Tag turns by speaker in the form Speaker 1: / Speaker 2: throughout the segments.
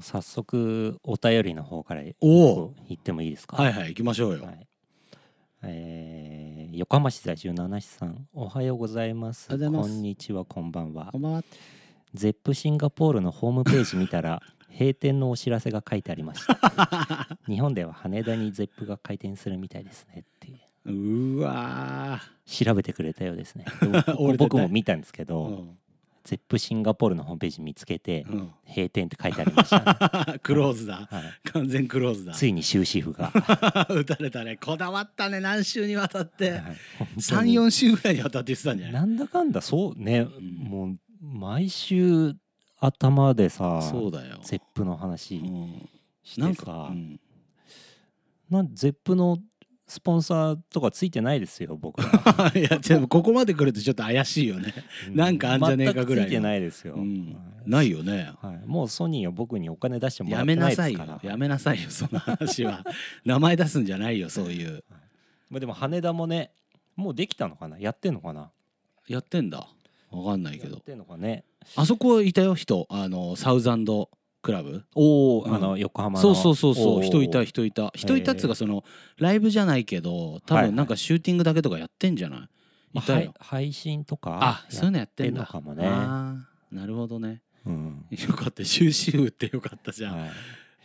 Speaker 1: 早速お便りの方からい
Speaker 2: おお
Speaker 1: 言ってもいいですか
Speaker 2: はいはい行きましょうよ、
Speaker 1: はいえー横浜市在住の七七さんおはようございます
Speaker 2: おはようございます
Speaker 1: こんにちはこんばんは
Speaker 2: こんばんは
Speaker 1: ゼップシンガポールのホームページ見たら閉店のお知らせが書いてありました 日本では羽田にゼップが開店するみたいですねっていう
Speaker 2: うーわ
Speaker 1: 調べてくれたようです ね
Speaker 2: 俺絶対
Speaker 1: 僕も見たんですけ
Speaker 2: ー
Speaker 1: ど、
Speaker 2: うん
Speaker 1: ゼップシンガポールのホームページ見つけて
Speaker 2: うん
Speaker 1: 閉店って書いてありました、ね
Speaker 2: クローズだ
Speaker 1: はい
Speaker 2: 完全クローズだ
Speaker 1: ついに終止符が、
Speaker 2: 打たれたねこだわったね何週にわたって
Speaker 1: はい
Speaker 2: 34週ぐらいにわたって言ってたんじゃない
Speaker 1: なんだかんだそうね、
Speaker 2: ん
Speaker 1: もう毎週頭でさ
Speaker 2: そうだよ、
Speaker 1: ゼップの話
Speaker 2: うん
Speaker 1: し
Speaker 2: なん
Speaker 1: て
Speaker 2: か
Speaker 1: さ、
Speaker 2: うん
Speaker 1: なんゼップのスポンサーとかついてないですよ僕ら
Speaker 2: いやでもここまで来るとちょっと怪しいよね、 なんかあんじゃねえかぐら
Speaker 1: 全く
Speaker 2: いの
Speaker 1: ついてないですよ、
Speaker 2: うん
Speaker 1: はい
Speaker 2: ないよね
Speaker 1: はい、もうソニーは僕にお金出してもらっ
Speaker 2: や
Speaker 1: て
Speaker 2: め
Speaker 1: な
Speaker 2: ない
Speaker 1: で
Speaker 2: さ
Speaker 1: す
Speaker 2: い
Speaker 1: から
Speaker 2: よやめなさいよその話は名前出すんじゃないよそういう
Speaker 1: まあでも羽田もねもうできたのかなやってんのかな
Speaker 2: やってんだわかんないけ
Speaker 1: やっ
Speaker 2: ど
Speaker 1: てんのかね
Speaker 2: あそこいたよ人あのサウザンドクラブ
Speaker 1: おお、
Speaker 2: うん
Speaker 1: あの横浜の
Speaker 2: そうそうそうそ
Speaker 1: お
Speaker 2: う
Speaker 1: ー
Speaker 2: 人いた人いた人いたっつう
Speaker 1: へ
Speaker 2: か
Speaker 1: ー
Speaker 2: そのライブじゃないけど多
Speaker 1: はいは
Speaker 2: 分
Speaker 1: い
Speaker 2: なんかシューティングだけとかやってんじゃない、い
Speaker 1: まあ
Speaker 2: たよ
Speaker 1: はい配信とか
Speaker 2: あそういうのやって
Speaker 1: や
Speaker 2: んだ
Speaker 1: ってんのかもね
Speaker 2: あーなるほどね
Speaker 1: うん
Speaker 2: よかった終止符ってよかったじゃん、
Speaker 1: はい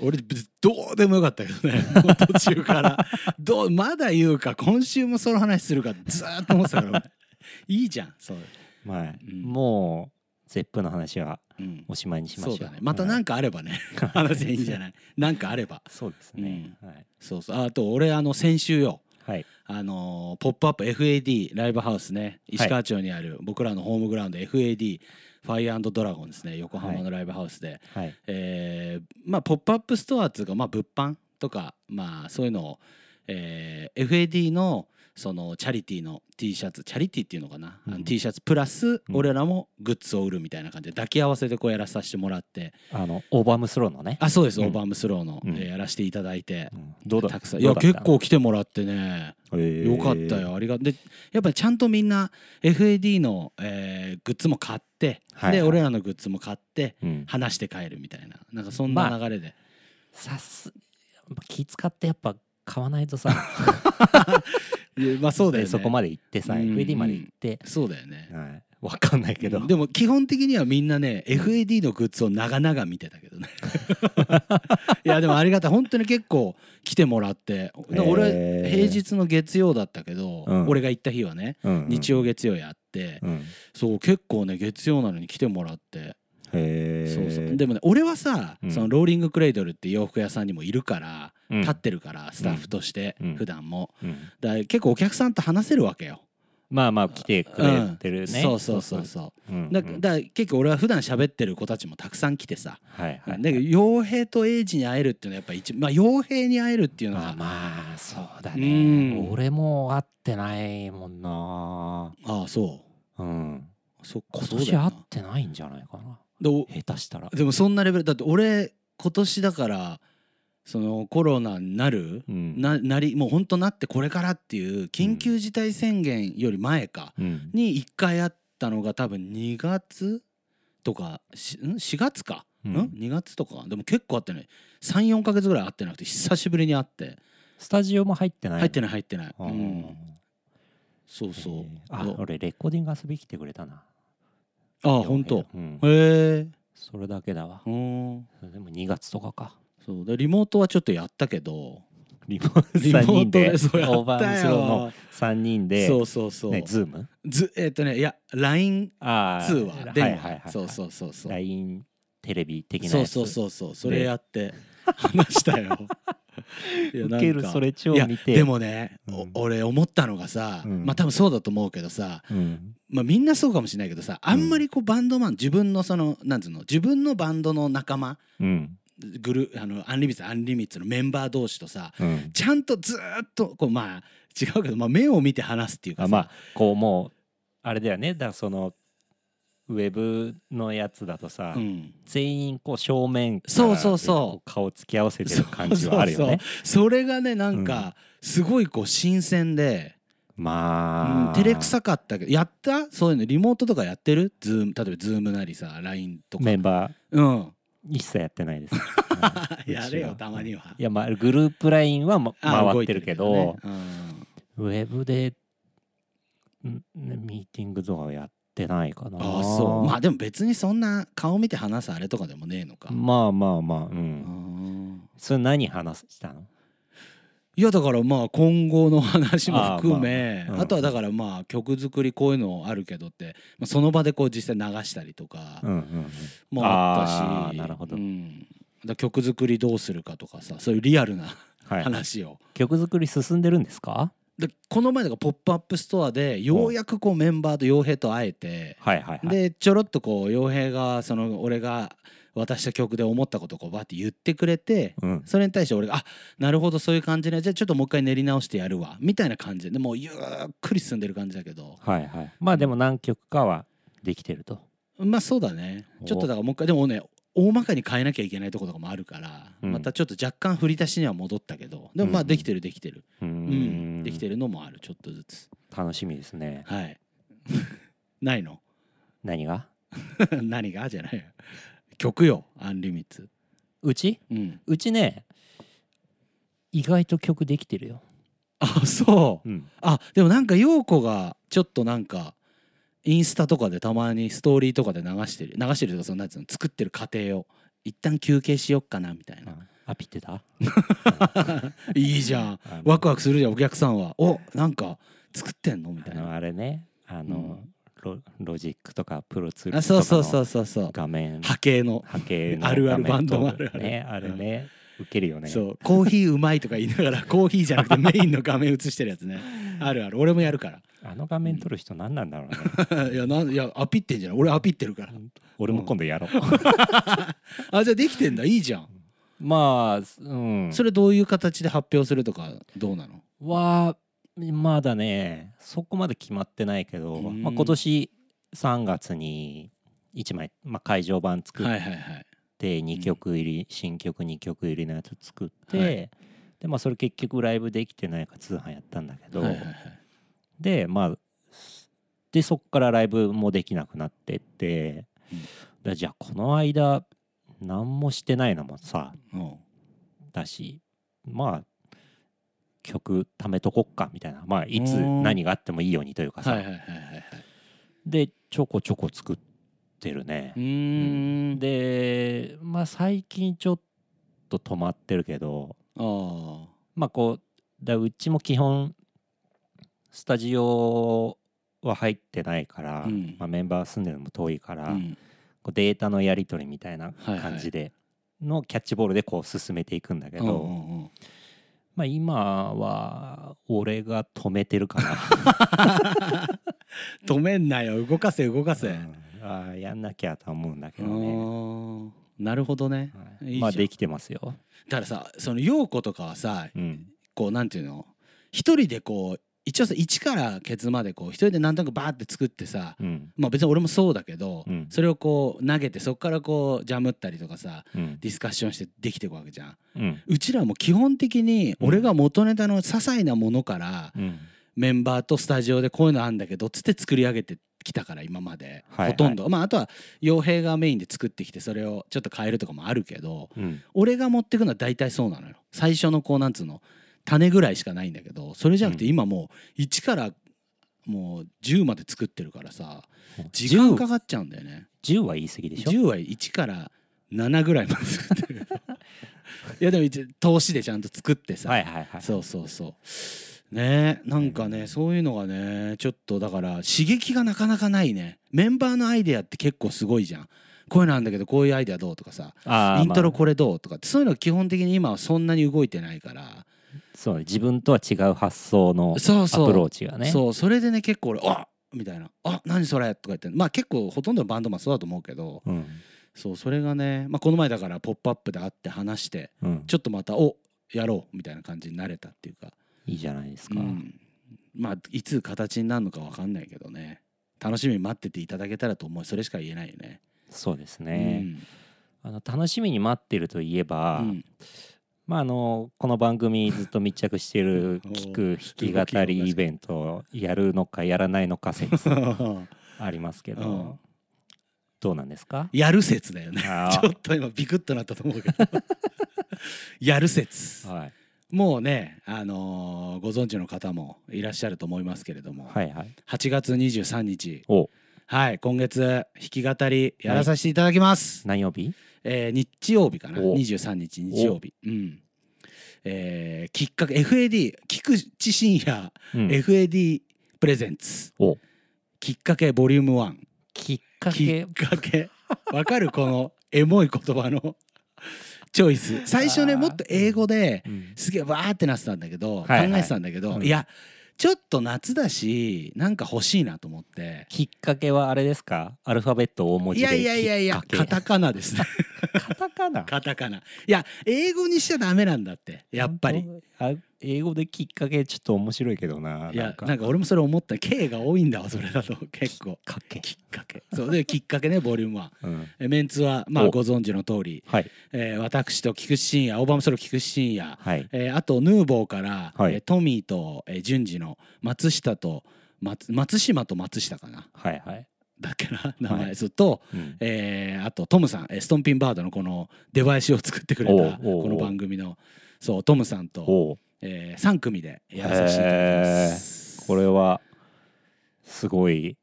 Speaker 2: 俺ぶどうでもよかったけどねもう途中 からどうまだ言うか今週もその話するかずーっと思ってた から俺いいじゃんそう、
Speaker 1: まあ、
Speaker 2: うん
Speaker 1: もうゼップの話は
Speaker 2: うん、
Speaker 1: おしまいにしましょう
Speaker 2: そうだねまたなん
Speaker 1: か、
Speaker 2: かあれば ね
Speaker 1: はい
Speaker 2: 話せいいんじゃないなんかあれば
Speaker 1: そうですね、はい、
Speaker 2: そうそうあと俺あの先週よ
Speaker 1: はい、
Speaker 2: あのーポップアップ FAD ライブハウスね石川町にある僕らのホームグラウンド FAD ファイアドラゴンですね横浜のライブハウスで、
Speaker 1: はい、
Speaker 2: えーまあポップアップストアっていうかまあ物販とかまあそういうのを、えー FAD のそのチャリティーの T シャツチャリティーっていうのかな、あの
Speaker 1: うん
Speaker 2: T シャツプラス
Speaker 1: うん
Speaker 2: 俺らもグッズを売るみたいな感じで抱き合わせでこうやらさせてもらって
Speaker 1: あのオーバームスローのね、
Speaker 2: あそうです、
Speaker 1: うん
Speaker 2: オーバームスローの、
Speaker 1: うん
Speaker 2: えーやらせていただいて
Speaker 1: う。ん、どうだ
Speaker 2: たくさんいや結構来てもらってねよ
Speaker 1: よ
Speaker 2: かったよ、ありがでやっぱりちゃんとみんな FAD の、えーグッズも買って、
Speaker 1: はいはい
Speaker 2: で俺らのグッズも買って
Speaker 1: うん、
Speaker 2: 話して帰るみたいななんかそんな
Speaker 1: ま
Speaker 2: 流れで、
Speaker 1: さす気使ってやっぱ買わないとさ
Speaker 2: いやまあ、 そうだよね
Speaker 1: そこまで行ってさ
Speaker 2: うん
Speaker 1: FAD まで行って、
Speaker 2: そうだよね、
Speaker 1: はい、わかんないけど
Speaker 2: でも基本的にはみんなね FAD のグッズを長々見てたけど ねいやでもありがたい本当に結構来てもらってで
Speaker 1: へ
Speaker 2: 俺
Speaker 1: ー
Speaker 2: 平日の月曜だったけど、
Speaker 1: うん
Speaker 2: 俺が行った日はね
Speaker 1: うんうん
Speaker 2: 日曜月曜やって、
Speaker 1: うん
Speaker 2: そう結構ね月曜なのに来てもらって
Speaker 1: へえ
Speaker 2: そうそうでもね俺はさ、
Speaker 1: うん
Speaker 2: そのローリングクレイドルって洋服屋さんにもいるから、
Speaker 1: うん
Speaker 2: 立ってるからスタッフとして、
Speaker 1: うん
Speaker 2: 普段も
Speaker 1: うん
Speaker 2: だから結構お客さんと話せるわけよ、
Speaker 1: まあまあ来てくれてるね、
Speaker 2: そうそうそうそう
Speaker 1: う、うんうん
Speaker 2: だだから結構俺は普段喋ってる子たちもたくさん来てさ、
Speaker 1: はいはい
Speaker 2: だけど傭兵と英二に会えるっていうのはやっぱ一まあ傭兵に会えるっていうの
Speaker 1: ま
Speaker 2: は
Speaker 1: あ、まあそうだ
Speaker 2: う
Speaker 1: ね
Speaker 2: ん
Speaker 1: 俺も会ってないもんな
Speaker 2: ああそ
Speaker 1: うん
Speaker 2: うそっか
Speaker 1: 今
Speaker 2: そうだ
Speaker 1: 年会
Speaker 2: よな
Speaker 1: ってないんじゃないかな
Speaker 2: でお
Speaker 1: 下手したら
Speaker 2: でもそんなレベルだって俺今年だからそのコロナになる、
Speaker 1: うん
Speaker 2: ななりもう本当なってこれからっていう緊急事態宣言より前か
Speaker 1: うん
Speaker 2: に1回あったのが多分2月とかしん4月か、、
Speaker 1: うんん
Speaker 2: 2月とかでも結構あってない34か月ぐらい会ってなくて久しぶりに会って
Speaker 1: スタジオも入ってない
Speaker 2: 入って
Speaker 1: ない
Speaker 2: ない入ってない、うん、そうそう
Speaker 1: あ
Speaker 2: あ
Speaker 1: 俺レコーディング遊び来てくれたな
Speaker 2: あ本当へ
Speaker 1: うん
Speaker 2: え
Speaker 1: それだけだわ
Speaker 2: うん
Speaker 1: でも2月とかか
Speaker 2: そうでリモートはちょっとやったけど
Speaker 1: リモ3人で
Speaker 2: そうや
Speaker 1: オーバ
Speaker 2: っ
Speaker 1: ー
Speaker 2: た
Speaker 1: スローの
Speaker 2: よ
Speaker 1: 3人で
Speaker 2: そうそうそう、
Speaker 1: ねズーム
Speaker 2: ずえっ、とねいや LINE
Speaker 1: ああ
Speaker 2: 通話電話、そう
Speaker 1: う
Speaker 2: そうそうそう
Speaker 1: LINE テレビ的な
Speaker 2: そう
Speaker 1: やつ
Speaker 2: そうそうそうそれやって話し たよいやなん
Speaker 1: ウ
Speaker 2: か
Speaker 1: ケるそれ超
Speaker 2: いや
Speaker 1: 見て
Speaker 2: でもね、
Speaker 1: うん
Speaker 2: お俺思ったのがさ、
Speaker 1: うん
Speaker 2: まあ多分そうだと思うけどさ、
Speaker 1: うん
Speaker 2: まあ、みんなそうかもしれないけどさあんまりこうバンドマン自分のそのなんつうの自分のバンドの仲間
Speaker 1: うん
Speaker 2: グルあのアンリミッツアンリミッツのメンバー同士とさ
Speaker 1: うん
Speaker 2: ちゃんとずーっとこうまあ違うけど、まあ、目を見て話すっていうか
Speaker 1: あ
Speaker 2: さ
Speaker 1: まあこうもうあれだよねだからそのウェブのやつだとさ、
Speaker 2: うん、
Speaker 1: 全員こう正面から
Speaker 2: そうそうそう
Speaker 1: こ顔つき合わせてる感じはあるよね
Speaker 2: そうそうそうそれがねなんかすごいこう新鮮で、
Speaker 1: まあ、
Speaker 2: うん、照れくさかったけどやったそういうのリモートとかやってるズーム例えばズームなりさ LINE とか
Speaker 1: メンバー
Speaker 2: うん
Speaker 1: 一切やってないですうん
Speaker 2: やれ
Speaker 1: うち
Speaker 2: よ
Speaker 1: は
Speaker 2: たまにはい
Speaker 1: やまあグループラインは、ま、
Speaker 2: あ
Speaker 1: 回ってるけど
Speaker 2: 動いてるね
Speaker 1: ウェブでんねミーティングとかはやってないかな
Speaker 2: うんああそうまあでも別にそんな顔見て話すあれとかでもねえのか、
Speaker 1: まあまあまあうん
Speaker 2: うん
Speaker 1: それ何話したの
Speaker 2: いやだからまあ今後の話も含
Speaker 1: あ
Speaker 2: めあ,、
Speaker 1: ーまあうん
Speaker 2: とはだからまあ曲作りこういうのあるけどって、まあ、その場でこう実際流したりとか
Speaker 1: うんうんうん
Speaker 2: もあった
Speaker 1: あ
Speaker 2: し、
Speaker 1: ーなるほど
Speaker 2: うん、だから曲作りどうするかとかさそういうリアルな
Speaker 1: はい
Speaker 2: 話を、
Speaker 1: 曲作り進んでるんですか
Speaker 2: でこの前だから「ポップアップストアでようやくこうメンバーと洋平と会えて、
Speaker 1: はいはいはい
Speaker 2: でちょろっとこう洋平がその俺が渡した曲で思ったことをこうバーって言ってくれて、
Speaker 1: うん
Speaker 2: それに対して俺が「あなるほどそういう感じねじゃあちょっともう一回練り直してやるわ」みたいな感じでもうゆっくり進んでる感じだけど
Speaker 1: はいはいまあでも何曲かはできてると
Speaker 2: まあそうだね
Speaker 1: お
Speaker 2: ちょっとだからもう一回でもね大まかに変えなきゃいけないとことかもあるから、
Speaker 1: うん
Speaker 2: またちょっと若干振り出しには戻ったけどでもま
Speaker 1: う
Speaker 2: あ
Speaker 1: ん
Speaker 2: できてるできてる、
Speaker 1: うー
Speaker 2: うんんできてるのもあるちょっとずつ
Speaker 1: 楽しみですね
Speaker 2: はい ないの
Speaker 1: 何が
Speaker 2: 何がじゃないよ曲よアンリミッツ
Speaker 1: うち
Speaker 2: うん
Speaker 1: うちね意外と曲できてるよ、
Speaker 2: あそう
Speaker 1: うん、
Speaker 2: あでもなんか陽子がちょっとなんかインスタとかでたまにストーリーとかで流してる流してるとかそのなんつうの作ってる過程を一旦休憩しよっかなみたいな
Speaker 1: あピってた
Speaker 2: いいじゃん
Speaker 1: あの
Speaker 2: ワクワクするじゃんお客さんはおなんか作ってんのみた
Speaker 1: あ
Speaker 2: い
Speaker 1: の
Speaker 2: な
Speaker 1: あれねあの、
Speaker 2: うん
Speaker 1: ロロジックとかプロツール
Speaker 2: あ
Speaker 1: とかの
Speaker 2: そうそうそうそうそう
Speaker 1: 画面
Speaker 2: 波形の
Speaker 1: 波形の
Speaker 2: あるある
Speaker 1: 画面と
Speaker 2: バンドのあるある
Speaker 1: ねあれね、受けるよね
Speaker 2: そうコーヒーうまいとか言いな がらコーヒーじゃなくてメインの画面映してるやつねあるある俺もやるか
Speaker 1: あの画面撮る人何なんだろうね、
Speaker 2: ら いやなんいやアピってんじゃない俺アピってるから
Speaker 1: 俺も今度やろう
Speaker 2: あじゃあできてんだいいじゃん
Speaker 1: まあうん
Speaker 2: それどういう形で発表するとかどうなの
Speaker 1: はまだねそこまで決まってないけど、
Speaker 2: うん
Speaker 1: まあ、今年3月に1枚、まあ、会場版作っ
Speaker 2: はいはいはい
Speaker 1: て2曲入り、新曲2曲入りのやつ作って、
Speaker 2: はい
Speaker 1: でまあそれ結局ライブできてないから通販やったんだけど、
Speaker 2: はいはいはい
Speaker 1: でまあでそっからライブもできなくなってって、
Speaker 2: うん
Speaker 1: だじゃあこの間何もしてないのもさ
Speaker 2: うん
Speaker 1: だしまあ曲貯めとこっかみたいなまあいつ
Speaker 2: うん
Speaker 1: 何があってもいいようにというかさ、
Speaker 2: はいはいはいはいはい
Speaker 1: でちょこちょこ作ってるね
Speaker 2: う、ーん
Speaker 1: でまあ最近ちょっと止まってるけど
Speaker 2: あー
Speaker 1: まあこうだうちも基本スタジオは入ってないから、
Speaker 2: うん
Speaker 1: まあ、メンバー住んでるのも遠いから、
Speaker 2: うん
Speaker 1: こうデータのやり取りみたいな
Speaker 2: はいはい
Speaker 1: 感じでのキャッチボールでこう進めていくんだけど、
Speaker 2: うんうんうん
Speaker 1: まあ、今は俺が止めてる かな
Speaker 2: 止めんなよ動かせ動かせ、
Speaker 1: うんあーやんなきゃと思うんだけどね、
Speaker 2: ああなるほどね
Speaker 1: はい
Speaker 2: いいじゃん
Speaker 1: まあできてますよ、
Speaker 2: だからさその陽子とかはさ
Speaker 1: うん、
Speaker 2: こうなんていうの一人でこう一応さ一からケツまでこう一人でなんとなくバーって作ってさ
Speaker 1: うん
Speaker 2: まあ別に俺もそうだけど、
Speaker 1: うん
Speaker 2: それをこう投げてそこからこうジャムったりとかさ
Speaker 1: うん
Speaker 2: ディスカッションしてできていくわけじゃん
Speaker 1: うん
Speaker 2: うちらも基本的に俺が元ネタの些細なものから
Speaker 1: うん
Speaker 2: メンバーとスタジオでこういうのあんだけどっつって作り上げてきたから今まで、
Speaker 1: はいはい
Speaker 2: ほとんどまああとは傭兵がメインで作ってきてそれをちょっと変えるとかもあるけど
Speaker 1: うん
Speaker 2: 俺が持ってくのは大体そうなのよ最初のこうなんつうの種ぐらいしかないんだけどそれじゃなくて
Speaker 1: う
Speaker 2: 今もう1からもう10まで作ってるからさ時間か
Speaker 1: 10,
Speaker 2: かっちゃうんだよね
Speaker 1: 10は言い過ぎでしょ
Speaker 2: 10は1から7ぐらいまで作っ てるいやでも一応投資でちゃんと作ってさ、
Speaker 1: はいはいはい
Speaker 2: そうそうそうねえなんかね、そういうのがねちょっとだから刺激がなかなかないねメンバーのアイデアって結構すごいじゃんこういうのあんだけどこういうアイデアどうとかさ
Speaker 1: あー
Speaker 2: イントロ
Speaker 1: まあ
Speaker 2: これどうとかってそういうの基本的に今はそんなに動いてないから
Speaker 1: そうね自分とは違う発想の
Speaker 2: そう
Speaker 1: アプ
Speaker 2: そ
Speaker 1: ロ
Speaker 2: う、
Speaker 1: ーチがね
Speaker 2: そうそれでね結構俺「あみたいな「あ何それ」とか言ってまあ結構ほとんどのバンドマンそうだと思うけど
Speaker 1: うん
Speaker 2: そうそれがね、まあ、この前だから「ポップアップで会って話して
Speaker 1: うん
Speaker 2: ちょっとまた「おやろう」みたいな感じになれたっていうか
Speaker 1: いいじゃないですか、
Speaker 2: うん、まあいつ形になるのかわかんないけどね楽しみに待ってていただけたらと思うそれしか言えないよね。
Speaker 1: そうですね、あの楽しみに待ってるといえ
Speaker 2: う
Speaker 1: ば、
Speaker 2: んうん
Speaker 1: まああのこの番組ずっと密着してる
Speaker 2: おー
Speaker 1: 聞く弾き語りイベントをやるのかやらないのか説ありますけど、
Speaker 2: うん
Speaker 1: どうなんですか
Speaker 2: やる説だよね
Speaker 1: あ
Speaker 2: ちょっと今ビクッとなったと 思うけどやる説
Speaker 1: ーはい
Speaker 2: もうね、あのーご存知の方もいらっしゃると思いますけれども、
Speaker 1: はいはい
Speaker 2: 8月23日
Speaker 1: お
Speaker 2: はい今月弾き語りやらさせていただきます、
Speaker 1: 何曜日
Speaker 2: えー日曜日かな
Speaker 1: お
Speaker 2: 23日日曜日うんえーきっかけ FAD 菊池信也、
Speaker 1: うん
Speaker 2: FAD プレゼンツ
Speaker 1: お
Speaker 2: きっかけボリューム1
Speaker 1: きっか
Speaker 2: き
Speaker 1: け
Speaker 2: っかけわかるこのエモい言葉のチョイス最初ね
Speaker 1: あー
Speaker 2: もっと英語で
Speaker 1: うん
Speaker 2: すげえわーってなってたんだけど、
Speaker 1: はいはい
Speaker 2: 考えてたんだけど、
Speaker 1: うん
Speaker 2: いやちょっと夏だしなんか欲しいなと思って
Speaker 1: きっかけはあれですかアルファベット大文
Speaker 2: い
Speaker 1: 字で
Speaker 2: やいやいやいや
Speaker 1: きっ
Speaker 2: カ
Speaker 1: かけ
Speaker 2: タカ ナですね
Speaker 1: カタカナ
Speaker 2: カタカナいや英語にしちゃダメなんだってやっぱり
Speaker 1: あ英語できっかけちょっと面白いけどない
Speaker 2: や
Speaker 1: な
Speaker 2: なんん
Speaker 1: か
Speaker 2: か俺もそれ思った K が多いんだわそれだと結構
Speaker 1: かけ
Speaker 2: きっかけそうできっかけねボリューム1
Speaker 1: うん
Speaker 2: えメンツはまあ
Speaker 1: お
Speaker 2: ご存知の通り、
Speaker 1: はい
Speaker 2: えー私と菊池真也オーバムソロ菊池真也
Speaker 1: はい
Speaker 2: えーあとヌーボーから、
Speaker 1: はい
Speaker 2: えートミーと、えー、順次の松下と松松島と松下かな
Speaker 1: はいはい
Speaker 2: だっけな名前、ずっと、
Speaker 1: うん
Speaker 2: えーあとトムさんえーストンピンバードのこのデバイスを作ってくれ
Speaker 1: お
Speaker 2: た
Speaker 1: うおうおう
Speaker 2: この番組のそうトムさんと、
Speaker 1: おう
Speaker 2: えー、3組でやらさせていただきます。
Speaker 1: これはすごい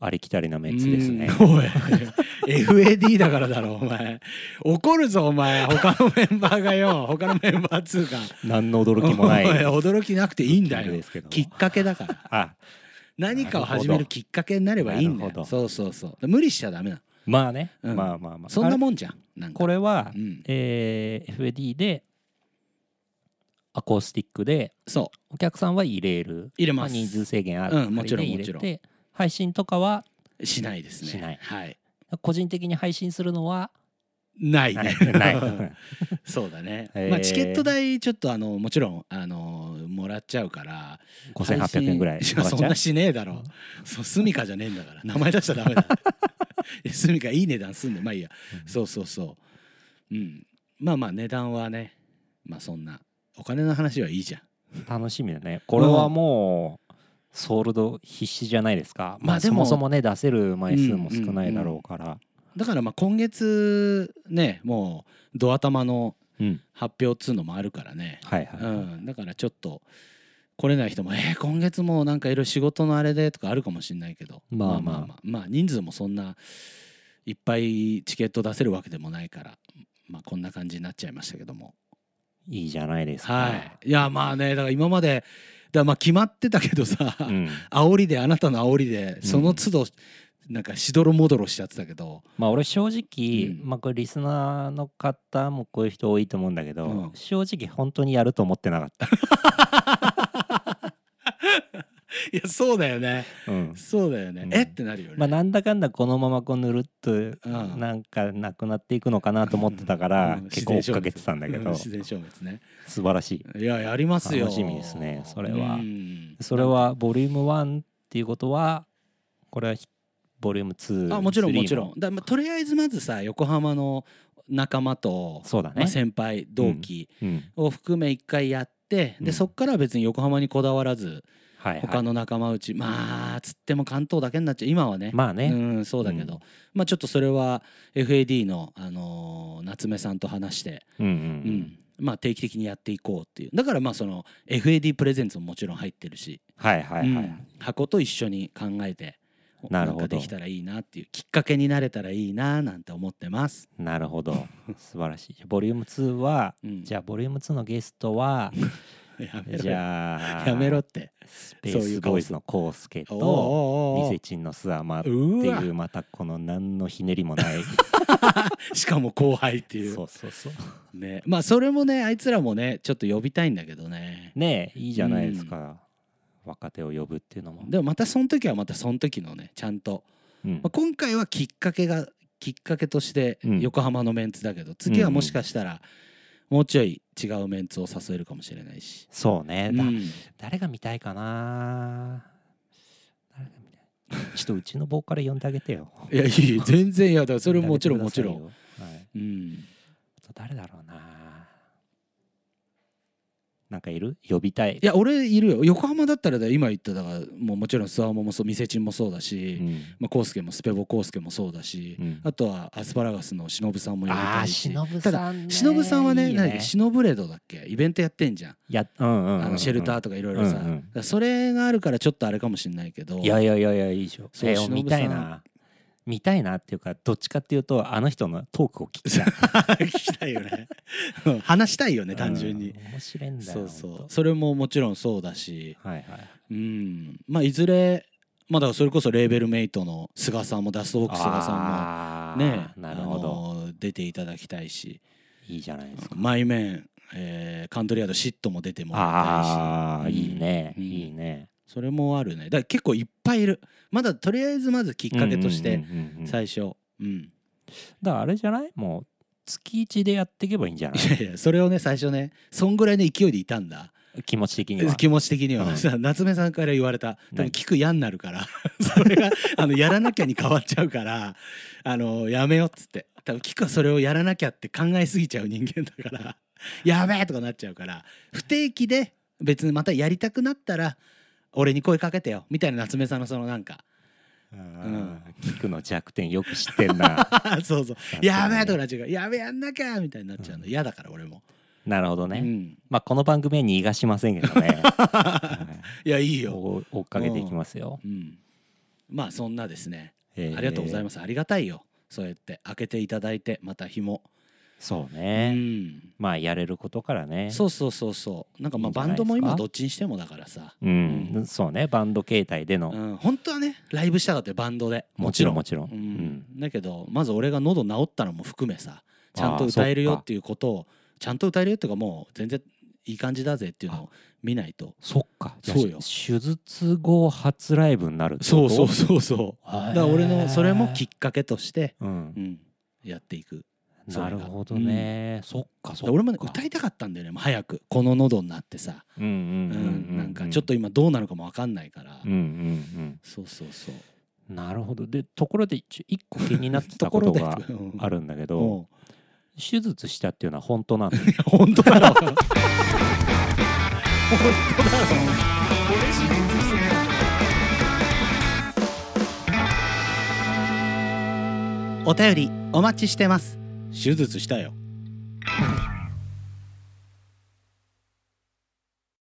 Speaker 1: ありきたりなメンツですね
Speaker 2: うんおい FAD だからだろお前怒るぞお前他のメンバーがよ他のメンバーつうか
Speaker 1: 何の驚きもない
Speaker 2: お い驚きなくていいんだよ
Speaker 1: ですけど
Speaker 2: きっかけだから
Speaker 1: あ
Speaker 2: 何かを始めるきっかけになればいいんだ
Speaker 1: なるほど
Speaker 2: よそうそうそう無理しちゃダメな
Speaker 1: まあね、
Speaker 2: うん
Speaker 1: まあまあまあ
Speaker 2: そんな
Speaker 1: あ
Speaker 2: もんじゃんなん
Speaker 1: れ
Speaker 2: か
Speaker 1: これは、
Speaker 2: うん、
Speaker 1: えー FAD でアコースティックで
Speaker 2: そう
Speaker 1: お客さんは入れる
Speaker 2: 入れます
Speaker 1: 人数制限ある
Speaker 2: うん
Speaker 1: あれで
Speaker 2: もちろん
Speaker 1: 入れ
Speaker 2: もちろん
Speaker 1: て配信とかは
Speaker 2: しないですね
Speaker 1: しない
Speaker 2: はい
Speaker 1: 個人的に配信するのは
Speaker 2: ない
Speaker 1: な
Speaker 2: ね
Speaker 1: いない
Speaker 2: そうだね、
Speaker 1: へー
Speaker 2: まあ、チケット代ちょっとあのもちろんあのもらっちゃうから
Speaker 1: 5800円ぐらい
Speaker 2: 配信
Speaker 1: もらっちゃ
Speaker 2: や
Speaker 1: う
Speaker 2: そんなしねえだろそうスミカじゃねえんだから名前出しちゃダメだ いやスミカいい値段すんねまあいいや、
Speaker 1: うん
Speaker 2: そうそうそううんまあまあ値段はねまあそんなお金の話はいいじゃん
Speaker 1: 楽しみだねこれはもうソールド必死じゃないですか、ま
Speaker 2: まあ
Speaker 1: あ、
Speaker 2: で
Speaker 1: そ
Speaker 2: も
Speaker 1: もそもね出せる枚数も少ないだろうから、
Speaker 2: だからまあ今月ねもうドア玉の
Speaker 1: うん
Speaker 2: 発表っつうのもあるからね、
Speaker 1: はいはい、
Speaker 2: うん、だからちょっと来れない人も「えー、今月もなんかいろいろ仕事のあれで」とかあるかもしれないけど
Speaker 1: まあまあ
Speaker 2: まあ、まあ人数もそんないっぱいチケット出せるわけでもないから、まあ、こんな感じになっちゃいましたけども
Speaker 1: いいじゃないですか、
Speaker 2: はいいやまあねだから今までだからまあ決まってたけどさ、
Speaker 1: うん、
Speaker 2: 煽りであなたの煽りでその都度なんかしどろもどろしちゃってたけど、
Speaker 1: まあ俺正直、
Speaker 2: うん
Speaker 1: まあこれリスナーの方もこういう人多いと思うんだけど、
Speaker 2: うん
Speaker 1: 正直本当にやると思ってなか った、
Speaker 2: いやそうだよね
Speaker 1: うん
Speaker 2: そうだよね、
Speaker 1: うん
Speaker 2: えってなるよね、
Speaker 1: まあなんだかんだこのままこうぬるっと
Speaker 2: うん
Speaker 1: なんかなくなっていくのかなと思ってたから
Speaker 2: うん
Speaker 1: 結構追っかけてたんだけ
Speaker 2: う
Speaker 1: ど
Speaker 2: 自然消滅ね
Speaker 1: 素晴らしい
Speaker 2: いややりますよ
Speaker 1: 楽しみですねそれは
Speaker 2: うん
Speaker 1: それはボリューム1っていうことはこれはひボリューム2
Speaker 2: あもちろん
Speaker 1: 3
Speaker 2: もちろんだ、まあ、とりあえずまずさ横浜の仲間と、
Speaker 1: そうだね、
Speaker 2: まあ、先輩同期
Speaker 1: うん
Speaker 2: を含め一回やって、
Speaker 1: うん
Speaker 2: でそっからは別に横浜にこだわらず
Speaker 1: はいはい、
Speaker 2: 他の仲間うち、まあつっても関東だけになっちゃう今はね
Speaker 1: まあね、
Speaker 2: うんそうだけど、
Speaker 1: うん
Speaker 2: まあちょっとそれは FAD の、あのー夏目さんと話して、
Speaker 1: うんうん
Speaker 2: うんまあ、定期的にやっていこうっていうだからまあその FAD プレゼンツももちろん入ってるし、
Speaker 1: はいはいはい、
Speaker 2: うん箱と一緒に考えて
Speaker 1: なるほど
Speaker 2: んかできたらいいなっていうきっかけになれたらいいななんて思ってます、
Speaker 1: なるほど素晴らしいじゃあボリューム2は
Speaker 2: うん
Speaker 1: じゃあボリューム2のゲスト は
Speaker 2: やめろ
Speaker 1: じ
Speaker 2: よ
Speaker 1: ゃあ
Speaker 2: やめろって
Speaker 1: スペー
Speaker 2: そうい
Speaker 1: ス
Speaker 2: う顔
Speaker 1: ボーイズのコウスケ
Speaker 2: おう
Speaker 1: と
Speaker 2: おうおう
Speaker 1: ニセチンのスアマって
Speaker 2: うわ
Speaker 1: いうまたこの何のひねりもない
Speaker 2: しかも後輩っていう
Speaker 1: そうそうそう
Speaker 2: ねまあそれもねあいつらもねちょっと呼びたいんだけどね
Speaker 1: ねえいいじゃないですか、若手を呼ぶっていうのも、
Speaker 2: でもまたその時はまたその時のねちゃんと、
Speaker 1: うん
Speaker 2: まあ、今回はきっかけがきっかけとして
Speaker 1: うん
Speaker 2: 横浜のメンツだけど次はもしかしたらもうちょい違うメンツを誘えるかもしれないし、
Speaker 1: そうね、
Speaker 2: う
Speaker 1: だ
Speaker 2: ん
Speaker 1: 誰が見たいかな誰が見たいちょっとうちのボーカル呼んであげて よ
Speaker 2: いやいい全然いやだからそれ
Speaker 1: 呼
Speaker 2: も
Speaker 1: ん
Speaker 2: も
Speaker 1: で
Speaker 2: ち
Speaker 1: あ
Speaker 2: ろん
Speaker 1: げて
Speaker 2: もちろ
Speaker 1: く
Speaker 2: ん
Speaker 1: ださいよはい
Speaker 2: うん
Speaker 1: あと誰だろうななんかいる呼びたい
Speaker 2: いや俺いるよ横浜だったらだよ今言っただからもうもちろん諏訪間もそう店賃もそうだし、
Speaker 1: うん
Speaker 2: まあ、コウスケもスペボコウスケもそうだし、
Speaker 1: うん
Speaker 2: あとはアスパラガスの忍さんも呼び
Speaker 1: あ
Speaker 2: た
Speaker 1: あ
Speaker 2: いし
Speaker 1: 忍
Speaker 2: た
Speaker 1: さ
Speaker 2: だ
Speaker 1: んね
Speaker 2: 忍さんはね
Speaker 1: いい
Speaker 2: 何だっけ忍ブレードだっけイベントやってんじゃん,、
Speaker 1: やうんうんうんうん
Speaker 2: あのシェルターとかいろいろさ、
Speaker 1: うんうん
Speaker 2: だからそれがあるからちょっとあれかもしんないけど
Speaker 1: いや いやいやいやいいでしょ
Speaker 2: そう
Speaker 1: えー
Speaker 2: 忍
Speaker 1: 見たいな見たいなっていうかどっちかっていうとあの人のトークを聞きたい
Speaker 2: 聞きたいよ ねうん話したい よね単純に、
Speaker 1: うん面白いんだよ
Speaker 2: そうそ
Speaker 1: ほん
Speaker 2: う
Speaker 1: と
Speaker 2: それももちろんそうだし
Speaker 1: はいはい
Speaker 2: うんまあいずれまあだからそれこそレーベルメイトの菅さんもダストボックス菅さ
Speaker 1: あ
Speaker 2: んも
Speaker 1: ー
Speaker 2: ね
Speaker 1: なるほ
Speaker 2: あ
Speaker 1: ど
Speaker 2: のー出ていただきたいし
Speaker 1: いいじゃないですか
Speaker 2: マイメン、えーカントリアードシットも出ても
Speaker 1: あ
Speaker 2: らい
Speaker 1: あ
Speaker 2: たいし
Speaker 1: いいね
Speaker 2: うん
Speaker 1: いいね
Speaker 2: それもあるねだから結構いっぱいいるまだとりあえずまずきっかけとし
Speaker 1: うん
Speaker 2: て
Speaker 1: うんうんうんだか
Speaker 2: 最初うん
Speaker 1: らあれじゃないもう月一でやっていけばいいんじゃない
Speaker 2: いやいやそれをね最初ねそんぐらいの勢いでいたんだ
Speaker 1: 気持ち的 には
Speaker 2: 気持ち的には、
Speaker 1: うん
Speaker 2: さ夏目さんから言われたでも
Speaker 1: 何
Speaker 2: 聞く嫌になるから それがあのやらなきゃに変わっちゃうからあのやめようっつって多分聞くはそれをやらなきゃって考えすぎちゃう人間だから やべえとかなっちゃうから不定期で別にまたやりたくなったら俺に声かけてよみたいな夏目さんのそのなんか
Speaker 1: うん
Speaker 2: ん
Speaker 1: 聞くの弱点よく知ってん な
Speaker 2: そうそ
Speaker 1: さ
Speaker 2: う
Speaker 1: すがに
Speaker 2: やべえとかなっちゃうからやべえやんなきゃみたいになっちゃうの
Speaker 1: うん
Speaker 2: 嫌だから俺も、
Speaker 1: なるほどね、
Speaker 2: うん、
Speaker 1: まあこの番組は逃がしませんけどね、 はい
Speaker 2: いやいいよ、
Speaker 1: 追追っかけていきますよ。
Speaker 2: うん、まあそんなですね
Speaker 1: えー
Speaker 2: ありがとうございます。ありがたいよ。そうやって開けていただいて、また日も。
Speaker 1: そう
Speaker 2: う
Speaker 1: ね。
Speaker 2: ん。
Speaker 1: まあやれることからね。
Speaker 2: そうそうそうそう。なんかま
Speaker 1: いい
Speaker 2: あ
Speaker 1: んじゃな
Speaker 2: バ
Speaker 1: い
Speaker 2: ン
Speaker 1: ですか
Speaker 2: ドも今どっちにしてもだからさ。
Speaker 1: うん、
Speaker 2: うん
Speaker 1: そうね。バンド形態での、
Speaker 2: うん。本当はね、ライブしたかったよバンドで。
Speaker 1: もちろんもちろん。う
Speaker 2: う
Speaker 1: ん
Speaker 2: ん。だけど、まず俺が喉治ったのも含めさ、ちゃ
Speaker 1: あ
Speaker 2: んと
Speaker 1: ーそっ
Speaker 2: 歌
Speaker 1: か
Speaker 2: えるよっていうことを、ちゃんと歌えるよっていうかもう全然いい感じだぜっていうのを見ないと。
Speaker 1: そっか。じゃあ
Speaker 2: そうよ
Speaker 1: 手術後初ライブになるってこ
Speaker 2: そ
Speaker 1: と。
Speaker 2: うそうそうそ
Speaker 1: へ
Speaker 2: う。
Speaker 1: ー
Speaker 2: だから俺のそれもきっかけとして、
Speaker 1: う。
Speaker 2: うんん、やっていく。そ
Speaker 1: な
Speaker 2: れが
Speaker 1: るほどね。そっかそっか。
Speaker 2: 俺もね歌いたかったんだよね、もう早く。この喉になってさ。
Speaker 1: うんうんう
Speaker 2: うん
Speaker 1: うんん。
Speaker 2: なんかちょっ。と今どうなるかもわかんないから、
Speaker 1: うんうんうん。
Speaker 2: そうそうそう
Speaker 1: なるほど。でところでちょ一個気になってた
Speaker 2: と
Speaker 1: こ
Speaker 2: ことろで
Speaker 1: が
Speaker 2: うん
Speaker 1: あるんだけ
Speaker 2: う
Speaker 1: ど、
Speaker 2: ん
Speaker 1: 手術したっていうのは本当なの。
Speaker 2: いや本当だろ本当だろお便りお待ちしてます手術したよ